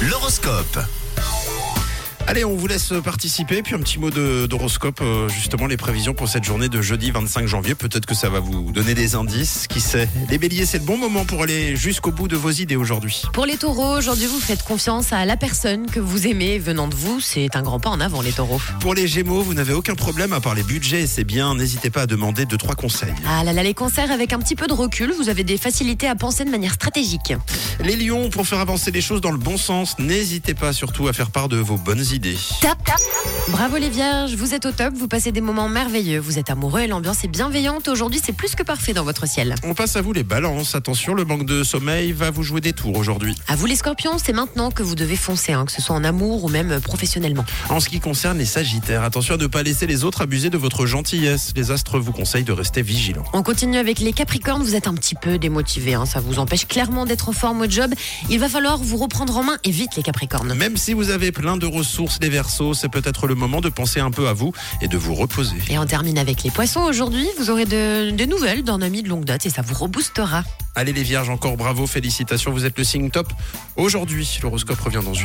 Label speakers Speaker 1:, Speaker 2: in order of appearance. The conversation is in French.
Speaker 1: l'horoscope. Allez, on vous laisse participer, puis un petit mot de- d'horoscope, euh, justement les prévisions pour cette journée de jeudi 25 janvier. Peut-être que ça va vous donner des indices, qui sait. Les béliers, c'est le bon moment pour aller jusqu'au bout de vos idées aujourd'hui.
Speaker 2: Pour les taureaux, aujourd'hui vous faites confiance à la personne que vous aimez venant de vous. C'est un grand pas en avant les taureaux.
Speaker 1: Pour les gémeaux, vous n'avez aucun problème à part les budgets, et c'est bien, n'hésitez pas à demander deux, trois conseils.
Speaker 2: Ah là là, les concerts avec un petit peu de recul, vous avez des facilités à penser de manière stratégique.
Speaker 1: Les lions, pour faire avancer les choses dans le bon sens, n'hésitez pas surtout à faire part de vos bonnes idées.
Speaker 2: Tap, tap. Bravo les vierges, vous êtes au top, vous passez des moments merveilleux, vous êtes amoureux et l'ambiance est bienveillante. Aujourd'hui c'est plus que parfait dans votre ciel.
Speaker 1: On passe à vous les balances, attention, le manque de sommeil va vous jouer des tours aujourd'hui.
Speaker 2: À vous les scorpions, c'est maintenant que vous devez foncer, hein, que ce soit en amour ou même euh, professionnellement.
Speaker 1: En ce qui concerne les Sagittaires, attention à ne pas laisser les autres abuser de votre gentillesse. Les astres vous conseillent de rester vigilants.
Speaker 2: On continue avec les Capricornes, vous êtes un petit peu démotivés, hein, ça vous empêche clairement d'être en forme au job. Il va falloir vous reprendre en main et vite les Capricornes.
Speaker 1: Même si vous avez plein de ressources, les Verseaux, c'est peut-être le moment de penser un peu à vous et de vous reposer.
Speaker 2: Et on termine avec les poissons. Aujourd'hui, vous aurez de- des nouvelles d'un ami de longue date et ça vous reboostera.
Speaker 1: Allez les Vierges, encore bravo, félicitations, vous êtes le signe top. Aujourd'hui, l'horoscope revient dans une heure.